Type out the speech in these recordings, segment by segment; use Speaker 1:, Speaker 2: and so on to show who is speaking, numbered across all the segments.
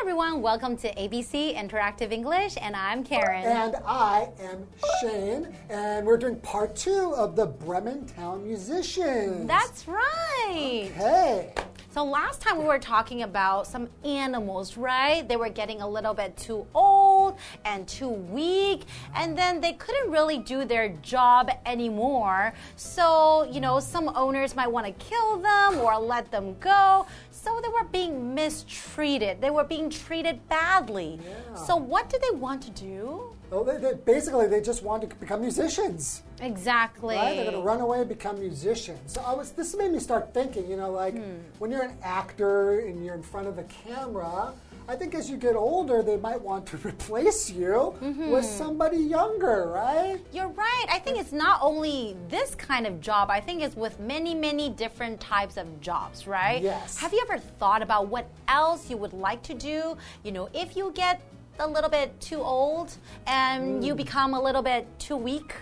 Speaker 1: everyone, welcome to ABC Interactive English, and I'm Karen.
Speaker 2: And I am Shane, and we're doing part two of the Bremen Town Musicians.
Speaker 1: That's right.
Speaker 2: hey,
Speaker 1: So last time we were talking about some animals, right? They were getting a little bit too old and too weak, and then they couldn't really do their job anymore. So, you know, some owners might want to kill them or let them go. So they were being mistreated. They were being treated badly. So what did they want to do?
Speaker 2: well, they, they, basically they just want to become musicians,
Speaker 1: Exactly.
Speaker 2: right? They're gonna run away and become musicians. So I was. This made me start thinking. You know, like when you're an actor and you're in front of a camera. I think as you get older, they might want to replace you with somebody younger, right?
Speaker 1: You're right. I think it's not only this kind of job. I think it's with many, many different types of jobs, right?
Speaker 2: Yes.
Speaker 1: Have you ever thought about what else you would like to do? You know, if you get a little bit too old
Speaker 2: Mm.
Speaker 1: and you become a little bit too weak.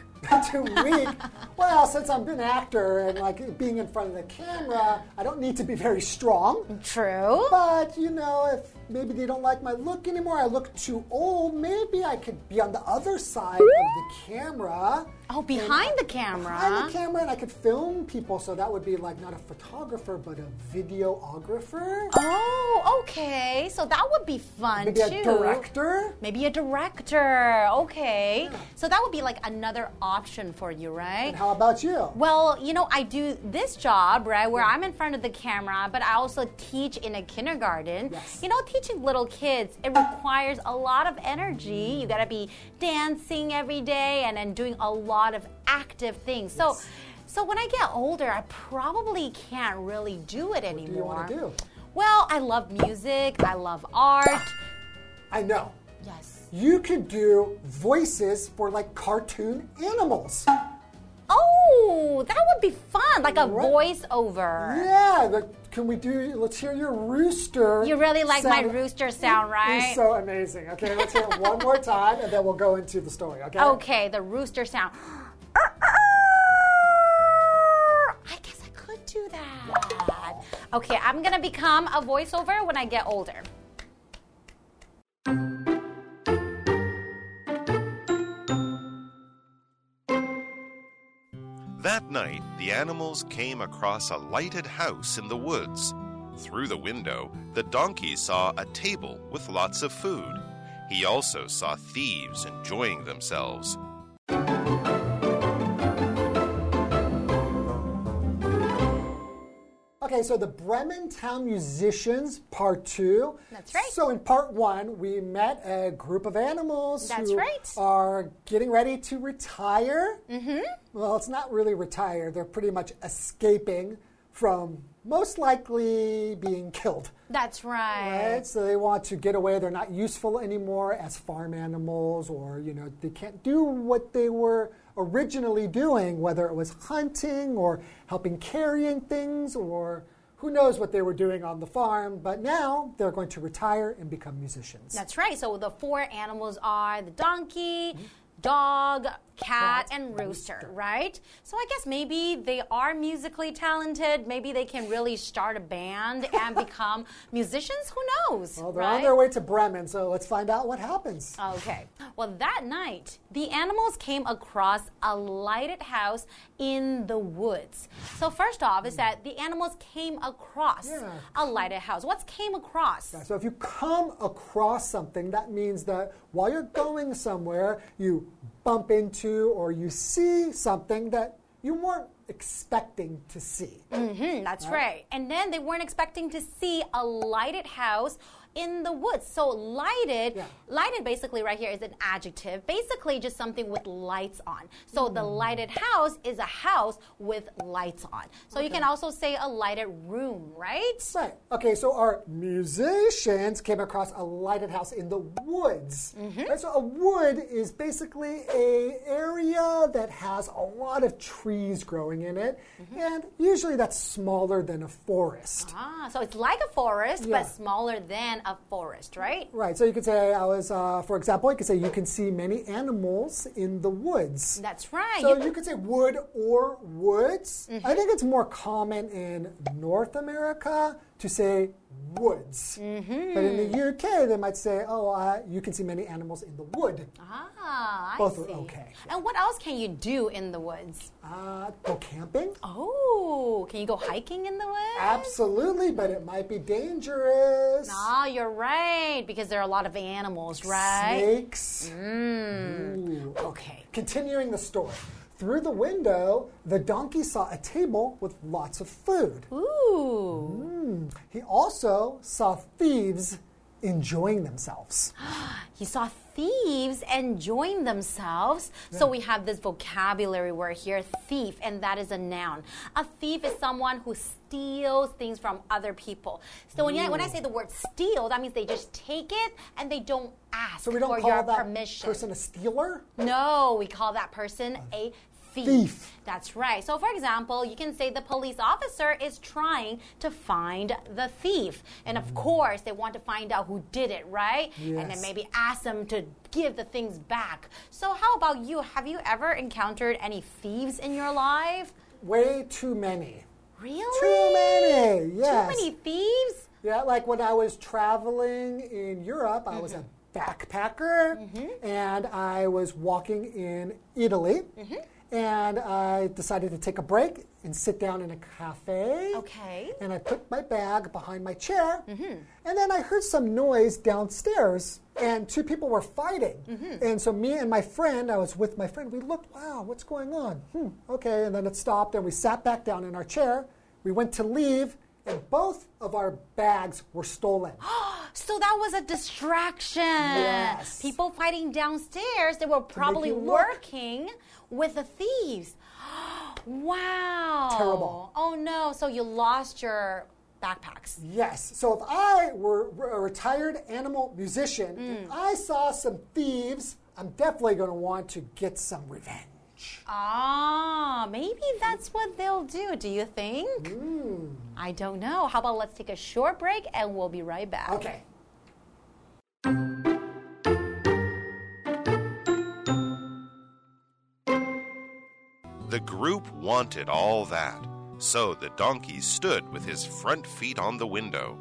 Speaker 2: too weak. Well, since I'm an actor and like being in front of the camera, I don't need to be very strong.
Speaker 1: True.
Speaker 2: But you know, if maybe they don't like my look anymore, I look too old. Maybe I could be on the other side of the camera,
Speaker 1: Oh, behind the camera.
Speaker 2: behind the camera, and I could film people. So that would be like not a photographer, but a videographer,
Speaker 1: Oh, okay. So that would be fun
Speaker 2: maybe
Speaker 1: too.
Speaker 2: a director.
Speaker 1: Maybe a director. Okay. So that would be like another option for you, right?
Speaker 2: And how about you?
Speaker 1: Well, you know, I do this job, right, where I'm in front of the camera, but I also teach in a kindergarten.
Speaker 2: Yes.
Speaker 1: You know, teaching little kids, it requires a lot of energy. You gotta be dancing every day and then doing a lot of active things. So so when I get older, I probably can't really do it
Speaker 2: do you
Speaker 1: anymore.
Speaker 2: want to do?
Speaker 1: Well, I love music, I love art.
Speaker 2: I know.
Speaker 1: Yes.
Speaker 2: You could do voices for like cartoon animals.
Speaker 1: Oh, that would be fun, like a
Speaker 2: Right.
Speaker 1: voiceover.
Speaker 2: Yeah, but can we do? Let's hear your rooster.
Speaker 1: You really like my
Speaker 2: sound.
Speaker 1: rooster sound,
Speaker 2: He's
Speaker 1: right?
Speaker 2: so amazing. Okay, let's hear it one more time, and then we'll go into the story. Okay.
Speaker 1: Okay, the rooster sound. I guess I could do that. Okay, I'm gonna become a voiceover when I get older.
Speaker 3: That night, the animals came across a lighted house in the woods. Through the window, the donkey saw a table with lots of food. He also saw thieves enjoying themselves.
Speaker 2: Okay, so the Bremen Town Musicians, part two.
Speaker 1: That's right.
Speaker 2: So in part one, we met a group of animals
Speaker 1: That's
Speaker 2: who
Speaker 1: right.
Speaker 2: are getting ready to retire. Mm-hmm. Well, it's not really retire. They're pretty much escaping from most likely being killed.
Speaker 1: That's right.
Speaker 2: Right, so they want to get away. They're not useful anymore as farm animals, or you know, they can't do what they were originally doing, whether it was hunting or helping carrying things, or who knows what they were doing on the farm. But now they're going to retire and become musicians.
Speaker 1: That's right. So the four animals are the donkey,
Speaker 2: Mm-hmm.
Speaker 1: dog, cat, and rooster, right? So I guess maybe they are musically talented. Maybe they can really start a band and become musicians. Who knows?
Speaker 2: well, they're on
Speaker 1: right?
Speaker 2: their way to Bremen, so let's find out what happens.
Speaker 1: Okay. Well, that night, the animals came across a lighted house in the woods. So, first off, is that the animals came across
Speaker 2: Hmm. Yeah.
Speaker 1: a lighted house. What's came across?
Speaker 2: So if you come across something, that means that while you're going somewhere, you bump into or you see something that you weren't expecting to see.
Speaker 1: Hmm, that's right. And then they weren't expecting to see a lighted house in the woods. So, lighted,
Speaker 2: Yeah.
Speaker 1: lighted basically right here is an adjective, basically just something with lights on. So,
Speaker 2: Hmm.
Speaker 1: the lighted house is a house with lights on. So, you can also say a lighted room, right?
Speaker 2: Right. Okay, so our musicians came across a lighted house in the woods. Right, so a wood is basically a area that has a lot of trees growing in it, and usually that's smaller than a forest.
Speaker 1: Ah, so it's like a forest,
Speaker 2: Yeah.
Speaker 1: but smaller than and a forest, right?
Speaker 2: Right. So you could say I was, uh, for example, you could say you can see many animals in the woods.
Speaker 1: That's right.
Speaker 2: So
Speaker 1: You- Mm-hmm.
Speaker 2: you could say wood or woods. I think it's more common in North America to say woods,
Speaker 1: Mm-hmm.
Speaker 2: but in the UK they might say, "Oh, uh, you can see many animals in the wood."
Speaker 1: ah, I
Speaker 2: Both are
Speaker 1: see.
Speaker 2: okay.
Speaker 1: And what else can you do in the woods?
Speaker 2: Uh, go camping?
Speaker 1: Oh, can you go hiking in the woods?
Speaker 2: Absolutely, but it might be dangerous.
Speaker 1: Ah, you're right, because there are a lot of animals, right? Mm.
Speaker 2: Snakes. Ooh.
Speaker 1: Okay.
Speaker 2: Continuing the story. Through the window, the donkey saw a table with lots of food.
Speaker 1: Ooh.
Speaker 2: He also saw thieves enjoying themselves.
Speaker 1: He saw thieves enjoying themselves. So we have this vocabulary word here, thief, and that is a noun. A thief is someone who steals things from other people. So when, you, when I say the word steal, that means they just take it and they don't ask
Speaker 2: So we don't
Speaker 1: for
Speaker 2: call
Speaker 1: your
Speaker 2: that
Speaker 1: permission.
Speaker 2: person a stealer.
Speaker 1: No, we call that person a thief.
Speaker 2: Thief.
Speaker 1: That's right. So, for example, you can say the police officer is trying to find the thief. And of course, they want to find out who did it, right? And then
Speaker 2: Mm. Yes.
Speaker 1: maybe ask them to give the things back. So, how about you? Have you ever encountered any thieves in your life?
Speaker 2: Way too many.
Speaker 1: Really?
Speaker 2: Too many. Yes.
Speaker 1: Too many thieves?
Speaker 2: Yeah, like when I was traveling in Europe, I was a
Speaker 1: Mm-hmm.
Speaker 2: backpacker and I was walking in Italy.
Speaker 1: Mm-hmm.
Speaker 2: And I decided to take a break and sit down in a cafe.
Speaker 1: Okay.
Speaker 2: And I put my bag behind my chair. And then I heard some noise downstairs, and two people were fighting. And so, me and my friend, I was with my friend, we looked, wow, what's going on? Hmm, okay. And then it stopped, and we sat back down in our chair. We went to leave, and both of our bags were stolen.
Speaker 1: So that was a distraction.
Speaker 2: Yes.
Speaker 1: People fighting downstairs, they were probably
Speaker 2: you look.
Speaker 1: working with the thieves. wow.
Speaker 2: Terrible.
Speaker 1: Oh no, so you lost your backpacks.
Speaker 2: Yes. So if I were were a retired animal musician and I saw some thieves, I'm definitely going to want to get some revenge.
Speaker 1: Ah, maybe that's what they'll do, do you think?
Speaker 2: Hmm.
Speaker 1: I don't know. How about let's take a short break and we'll be right back.
Speaker 2: Okay.
Speaker 3: The group wanted all that, so the donkey stood with his front feet on the window.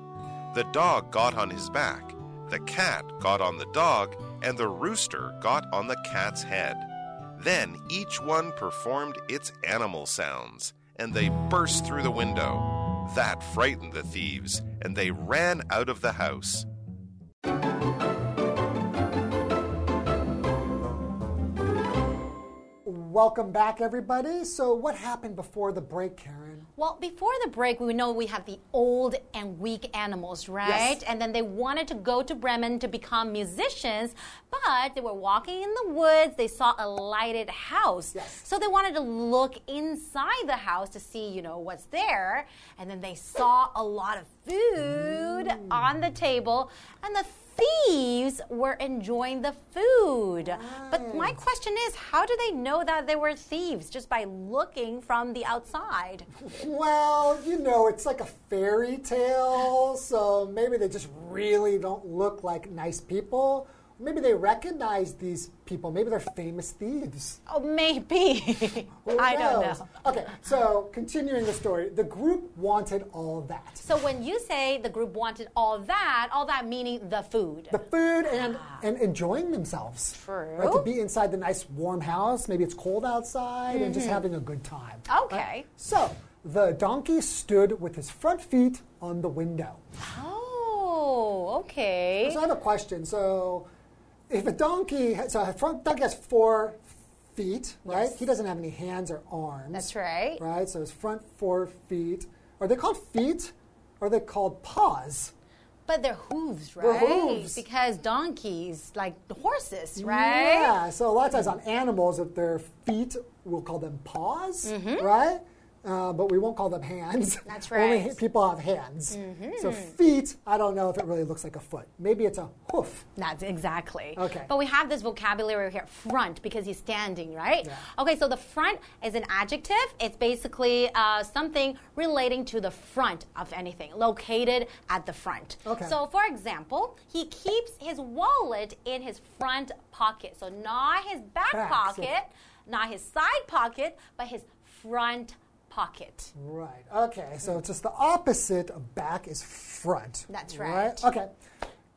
Speaker 3: The dog got on his back, the cat got on the dog, and the rooster got on the cat's head. Then each one performed its animal sounds, and they burst through the window. That frightened the thieves, and they ran out of the house.
Speaker 2: Welcome back, everybody. So what happened before the break, Karen?
Speaker 1: Well, before the break, we know we have the old and weak animals, right?
Speaker 2: Yes.
Speaker 1: And then they wanted to go to Bremen to become musicians, but they were walking in the woods. They saw a lighted house.
Speaker 2: Yes.
Speaker 1: So they wanted to look inside the house to see, you know, what's there. And then they saw a lot of food on the table, and the thieves were enjoying the food. But my question is how do they know that they were thieves just by looking from the outside?
Speaker 2: Well, you know, it's like a fairy tale, so maybe they just really don't look like nice people. Maybe they recognize these people. Maybe they're famous thieves.
Speaker 1: Oh, maybe.
Speaker 2: Who
Speaker 1: I don't
Speaker 2: knows?
Speaker 1: know.
Speaker 2: Okay, so continuing the story, the group wanted all that.
Speaker 1: So when you say the group wanted all that, all that meaning the food.
Speaker 2: The food and and enjoying themselves.
Speaker 1: Ah. True.
Speaker 2: Right, to be inside the nice warm house, maybe it's cold outside, and
Speaker 1: Mm-hmm.
Speaker 2: just having a good time.
Speaker 1: Okay.
Speaker 2: So the donkey stood with his front feet on the window.
Speaker 1: Oh, okay.
Speaker 2: So I have a question. So if a donkey, ha- so a front donkey has four feet, right? He doesn't have any hands or arms.
Speaker 1: That's right.
Speaker 2: Right. So his front four feet. Are they called feet? Or are they called paws?
Speaker 1: But they're hooves, right?
Speaker 2: They're hooves.
Speaker 1: Because donkeys, like horses, right?
Speaker 2: Yeah. So a lot of times on animals, if their feet, we'll call them paws, right? uh, but we won't call them hands.
Speaker 1: Mm-hmm. That's
Speaker 2: Only
Speaker 1: right. Mm-hmm.
Speaker 2: h- people have hands. So feet, I don't know if it really looks like a foot. Maybe it's a hoof.
Speaker 1: That's exactly.
Speaker 2: Okay.
Speaker 1: But we have this vocabulary here front because he's standing, right? Okay, so the front is an adjective. It's basically uh, something relating to the front of anything, located at the front.
Speaker 2: Okay.
Speaker 1: So, for example, he keeps his wallet in his front pocket. So, not his back
Speaker 2: Back, so-
Speaker 1: pocket, not his side pocket, but his front pocket.
Speaker 2: Right. Okay. So it's just the opposite of back is front.
Speaker 1: That's right.
Speaker 2: Okay.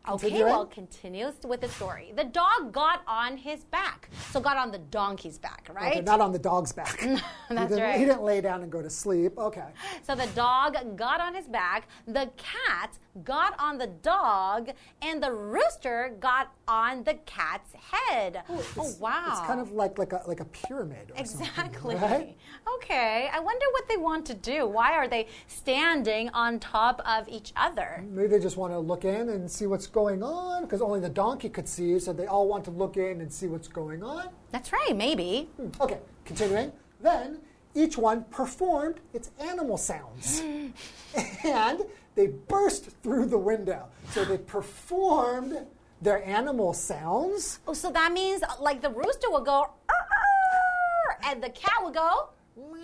Speaker 1: Okay,
Speaker 2: Continue
Speaker 1: well,
Speaker 2: it.
Speaker 1: continues with the story. The dog got on his back. So, got on the donkey's back, right?
Speaker 2: Okay, not on the dog's back. he,
Speaker 1: That's
Speaker 2: didn't,
Speaker 1: right.
Speaker 2: he didn't lay down and go to sleep. Okay.
Speaker 1: So the dog got on his back, the cat got on the dog, and the rooster got on the cat's head. oh, wow.
Speaker 2: It's kind of like like a like a pyramid. Or
Speaker 1: Exactly.
Speaker 2: Something, right?
Speaker 1: Okay. I wonder what they want to do. Why are they standing on top of each other?
Speaker 2: Maybe they just want to look in and see what's going on because only the donkey could see, so they all want to look in and see what's going on. Hmm,
Speaker 1: That's right, maybe.
Speaker 2: Okay, continuing. Then each one performed its animal sounds. and they burst through the window. So they performed their animal sounds.
Speaker 1: Oh, so that means uh, like the rooster will go, "Arr!" and the cat will go,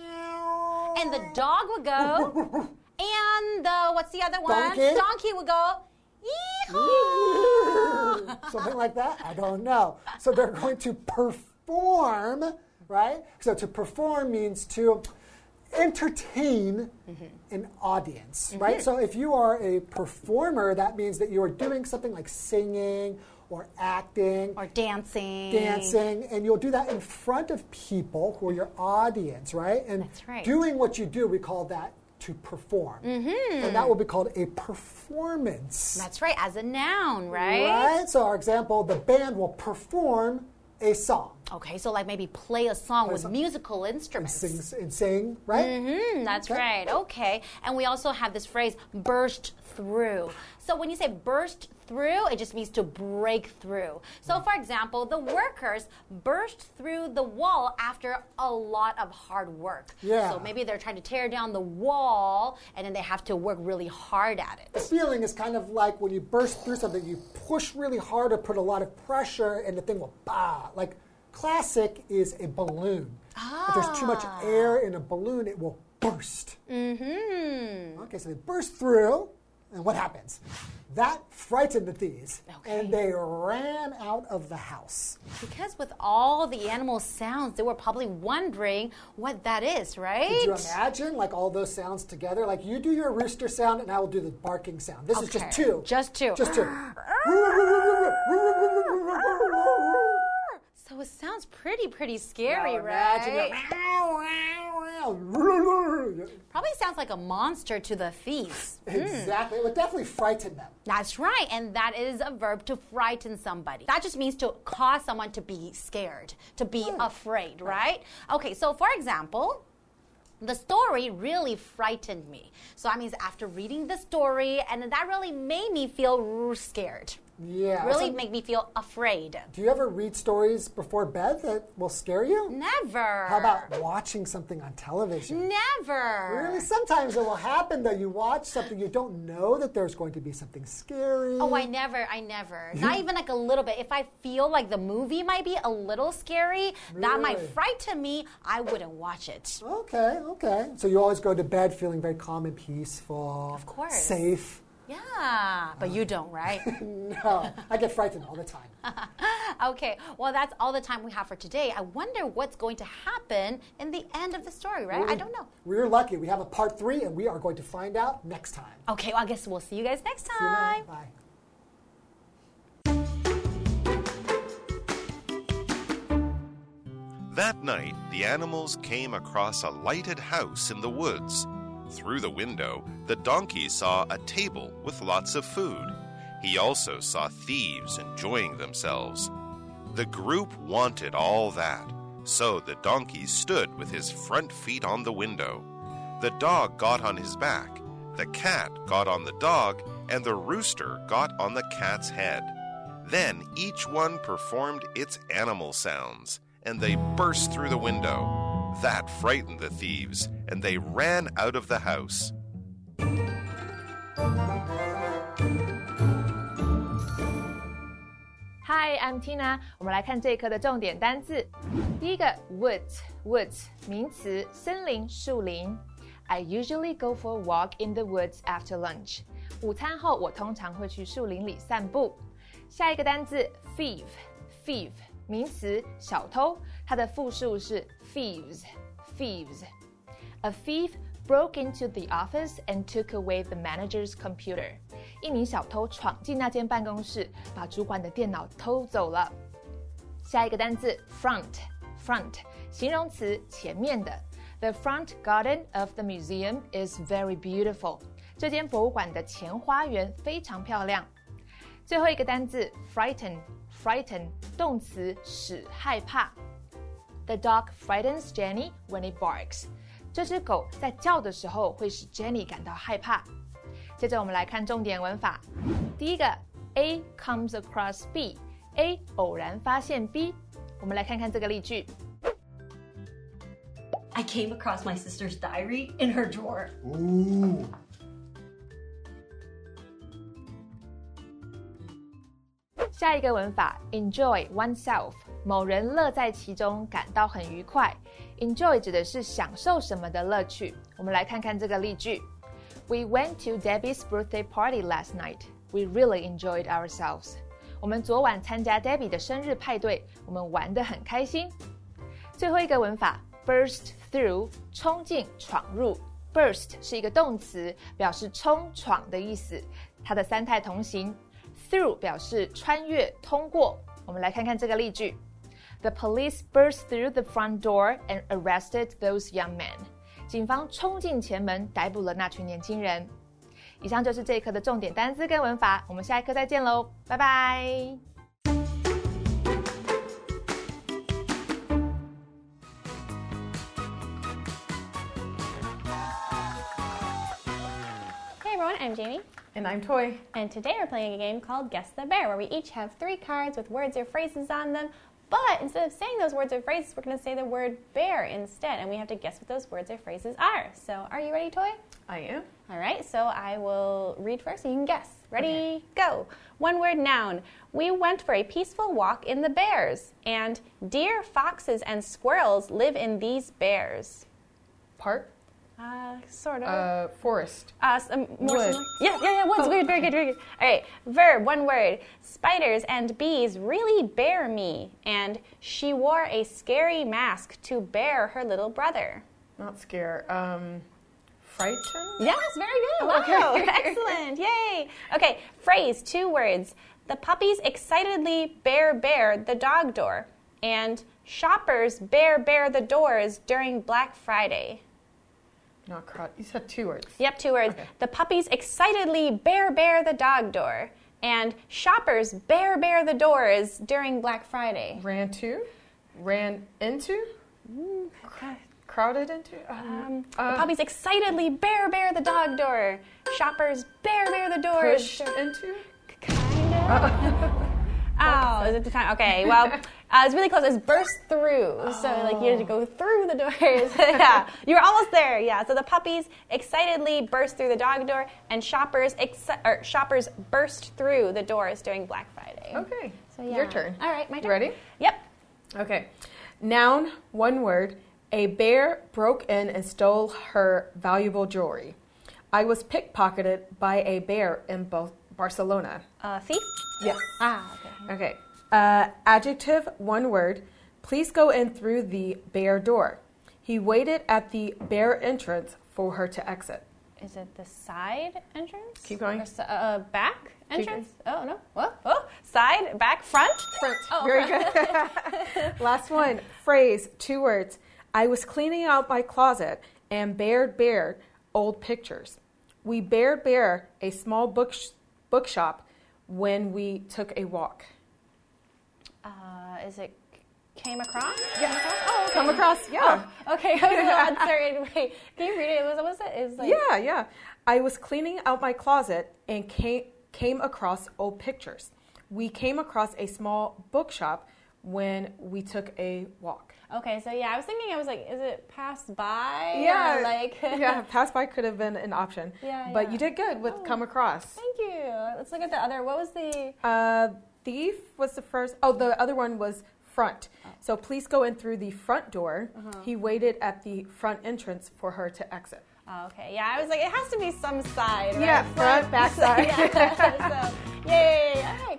Speaker 2: Meow.
Speaker 1: and the dog would go, and the what's the other one?
Speaker 2: Donkey.
Speaker 1: would go. Yeehaw!
Speaker 2: Something like that? I don't know. So they're going to perform, right? So to perform means to entertain
Speaker 1: Mm-hmm.
Speaker 2: an audience, right? So if you are a performer, that means that you are doing something like singing or acting
Speaker 1: Or dancing.
Speaker 2: dancing, and you'll do that in front of people who are your audience, right? And
Speaker 1: That's right.
Speaker 2: doing what you do, we call that to perform.
Speaker 1: Mm-hmm.
Speaker 2: And that will be called a performance.
Speaker 1: That's right, as a noun, right?
Speaker 2: right? So, our example the band will perform a song.
Speaker 1: Okay, so like maybe play a song with musical instruments.
Speaker 2: Sing, and sing, right?
Speaker 1: Mm, that's right. Okay. And we also have this phrase burst through. So when you say burst through, it just means to break through. So for example, the workers burst through the wall after a lot of hard work.
Speaker 2: Yeah.
Speaker 1: So maybe they're trying to tear down the wall and then they have to work really hard at it.
Speaker 2: The feeling is kind of like when you burst through something, you push really hard or put a lot of pressure, and the thing will bah. Like, classic is a balloon. If there's too much air in a balloon, it will burst. Mm-hmm. Okay, so they burst through, and what happens? That frightened the thieves, and they ran out of the house.
Speaker 1: Because with all the animal sounds, they were probably wondering what that is, right?
Speaker 2: Could you imagine, like, all those sounds together? Like, you do your rooster sound, and I will do the barking sound. This is just
Speaker 1: Okay,
Speaker 2: two.
Speaker 1: Just two.
Speaker 2: Just two.
Speaker 1: So it sounds pretty, pretty scary,
Speaker 2: Imagine
Speaker 1: right?
Speaker 2: it. Wow, wow, wow.
Speaker 1: Probably sounds like a monster to the thieves.
Speaker 2: Exactly. It would definitely frighten them.
Speaker 1: That's right, and that is a verb to frighten somebody. That just means to cause someone to be scared, to be
Speaker 2: Hmm.
Speaker 1: afraid, right? Okay, so for example, the story really frightened me. So that means after reading the story, and that really made me feel r- scared.
Speaker 2: Yeah.
Speaker 1: Really
Speaker 2: So-
Speaker 1: make me feel afraid.
Speaker 2: Do you ever read stories before bed that will scare you?
Speaker 1: Never.
Speaker 2: How about watching something on television?
Speaker 1: Never.
Speaker 2: Really, sometimes it will happen that you watch something you don't know that there's going to be something scary.
Speaker 1: Oh, I never, I never. Not even like a little bit. If I feel like the movie might be a little scary, that might
Speaker 2: Really?
Speaker 1: frighten me, I wouldn't watch it.
Speaker 2: Okay, okay. So you always go to bed feeling very calm and peaceful.
Speaker 1: Of course.
Speaker 2: Safe.
Speaker 1: Yeah, but you don't, right?
Speaker 2: No, I get frightened all the time.
Speaker 1: okay, well, that's all the time we have for today. I wonder what's going to happen in the end of the story, right? I don't know.
Speaker 2: We're lucky. We have a part three, and we are going to find out next time.
Speaker 1: Okay, well, I guess we'll see you guys next
Speaker 2: See you later.
Speaker 1: time.
Speaker 2: Bye.
Speaker 3: That night, the animals came across a lighted house in the woods. Through the window, the donkey saw a table with lots of food. He also saw thieves enjoying themselves. The group wanted all that, so the donkey stood with his front feet on the window. The dog got on his back, the cat got on the dog, and the rooster got on the cat's head. Then each one performed its animal sounds, and they burst through the window. That frightened the thieves, and they ran out of the house.
Speaker 4: Hi, I'm Tina。我们来看这一课的重点单字。第一个 woods，woods 名词，森林、树林。I usually go for a walk in the woods after lunch。午餐后，我通常会去树林里散步。下一个单字 thief，thief 名词，小偷。它的复数是 thieves，thieves。A thief broke into the office and took away the manager's computer. 一名小偷闯进那间办公室，把主管的电脑偷走了。下一个单字 front，front 形容词，前面的。The front garden of the museum is very beautiful. 这间博物馆的前花园非常漂亮。最后一个单字 frighten，frighten 动词，使害怕。The dog frightens Jenny when it barks. 这只狗在叫的时候会使 Jenny 感到害怕。接着我们来看重点文法，第一个 A comes across B，A 偶然发现 B。我们来看看这个例句
Speaker 5: I came across my sister's diary in her drawer.
Speaker 2: Ooh.
Speaker 4: 下一个文法，enjoy oneself，某人乐在其中，感到很愉快。enjoy 指的是享受什么的乐趣。我们来看看这个例句：We went to Debbie's birthday party last night. We really enjoyed ourselves. 我们昨晚参加 Debbie 的生日派对，我们玩得很开心。最后一个文法，burst through，冲进、闯入。burst 是一个动词，表示冲、闯的意思，它的三态同形。through 表示穿越、通过。我们来看看这个例句：The police burst through the front door and arrested those young men。警方冲进前门，逮捕了那群年轻人。以上就是这一课的重点单词跟文法，我们下一课再见喽，拜拜。
Speaker 6: Hey everyone, I'm Jamie,
Speaker 7: And I'm Toy.
Speaker 6: and today we're playing a game called Guess the Bear, where we each have three cards with words or phrases on them. But instead of saying those words or phrases, we're going to say the word bear instead, and we have to guess what those words or phrases are. So, are you ready, Toy?
Speaker 7: I am.
Speaker 6: All right, so I will read first and you can guess. Ready, go. One word noun. We went for a peaceful walk in the bears, and deer, foxes, and squirrels live in these bears.
Speaker 7: Park.
Speaker 6: Uh, sort of.
Speaker 7: Uh, forest.
Speaker 6: Uh, some more
Speaker 7: Wood.
Speaker 6: similar- Yeah, yeah, yeah. Woods. Weird. Very good. Very good. All right. Verb. One word. Spiders and bees really bear me. And she wore a scary mask to bear her little brother.
Speaker 7: Not scare. Um, frightened.
Speaker 6: Yes. Very good. Wow. Excellent. Yay. Okay. Phrase. Two words. The puppies excitedly bear bear the dog door. And shoppers bear bear the doors during Black Friday.
Speaker 7: Not crowd. You said two words.
Speaker 6: Yep, two words.
Speaker 7: Okay.
Speaker 6: The puppies excitedly bear bear the dog door, and shoppers bear bear the doors during Black Friday.
Speaker 7: Ran to. Ran into. Crowded into. Um, uh,
Speaker 6: the puppies excitedly bear bear the dog door, shoppers bear bear the doors.
Speaker 7: pushed into.
Speaker 6: Kind of. Oh, is it the time? Okay, well, uh, it's really close. It's burst through. So, like, you had to go through the doors. yeah, you were almost there. Yeah, so the puppies excitedly burst through the dog door, and shoppers, exci- or shoppers burst through the doors during Black Friday.
Speaker 7: Okay.
Speaker 6: So, yeah.
Speaker 7: Your turn.
Speaker 6: All right, my
Speaker 7: You
Speaker 6: turn.
Speaker 7: ready?
Speaker 6: Yep.
Speaker 7: Okay. Noun. One word. A bear broke in and stole her valuable jewelry. I was pickpocketed by a bear in both Barcelona.
Speaker 6: Uh, thief?
Speaker 7: Yes.
Speaker 6: Ah, okay.
Speaker 7: Okay. Uh, adjective, one word. Please go in through the bear door. He waited at the bear entrance for her to exit.
Speaker 6: Is it the side entrance?
Speaker 7: Keep going.
Speaker 6: Or s- uh, back
Speaker 7: going.
Speaker 6: entrance? Oh, no. Whoa, whoa. Side, back, front?
Speaker 7: Front.
Speaker 6: Oh.
Speaker 7: Very good. Last one. Phrase, two words. I was cleaning out my closet and bared bared old pictures. We bared bare a small book bookshop when we took a walk.
Speaker 6: Uh, is it came across?
Speaker 7: Yeah.
Speaker 6: Oh, okay.
Speaker 7: Come across, yeah.
Speaker 6: Okay, I was a little uncertain. Wait, can you read it? It was, what was it? It was like,
Speaker 7: Yeah, yeah. I was cleaning out my closet and came came across old pictures. We came across a small bookshop when we took a walk.
Speaker 6: Okay, so yeah, I was thinking, I was like, is it passed by? or,
Speaker 7: Yeah,
Speaker 6: like,
Speaker 7: yeah, pass by could have been an option.
Speaker 6: Yeah,
Speaker 7: but
Speaker 6: yeah. Oh.
Speaker 7: you did good with come across.
Speaker 6: Thank you. Let's look at the other. What was the?
Speaker 7: Uh, thief was the first. Oh, the other one was front.
Speaker 6: Oh.
Speaker 7: So please go in through the front door.
Speaker 6: Uh-huh.
Speaker 7: He waited at the front entrance for her to exit.
Speaker 6: Oh, okay, yeah, I was like, it has to be some side. Right?
Speaker 7: Yeah, front, back side.
Speaker 6: Yeah, so, yay! All right,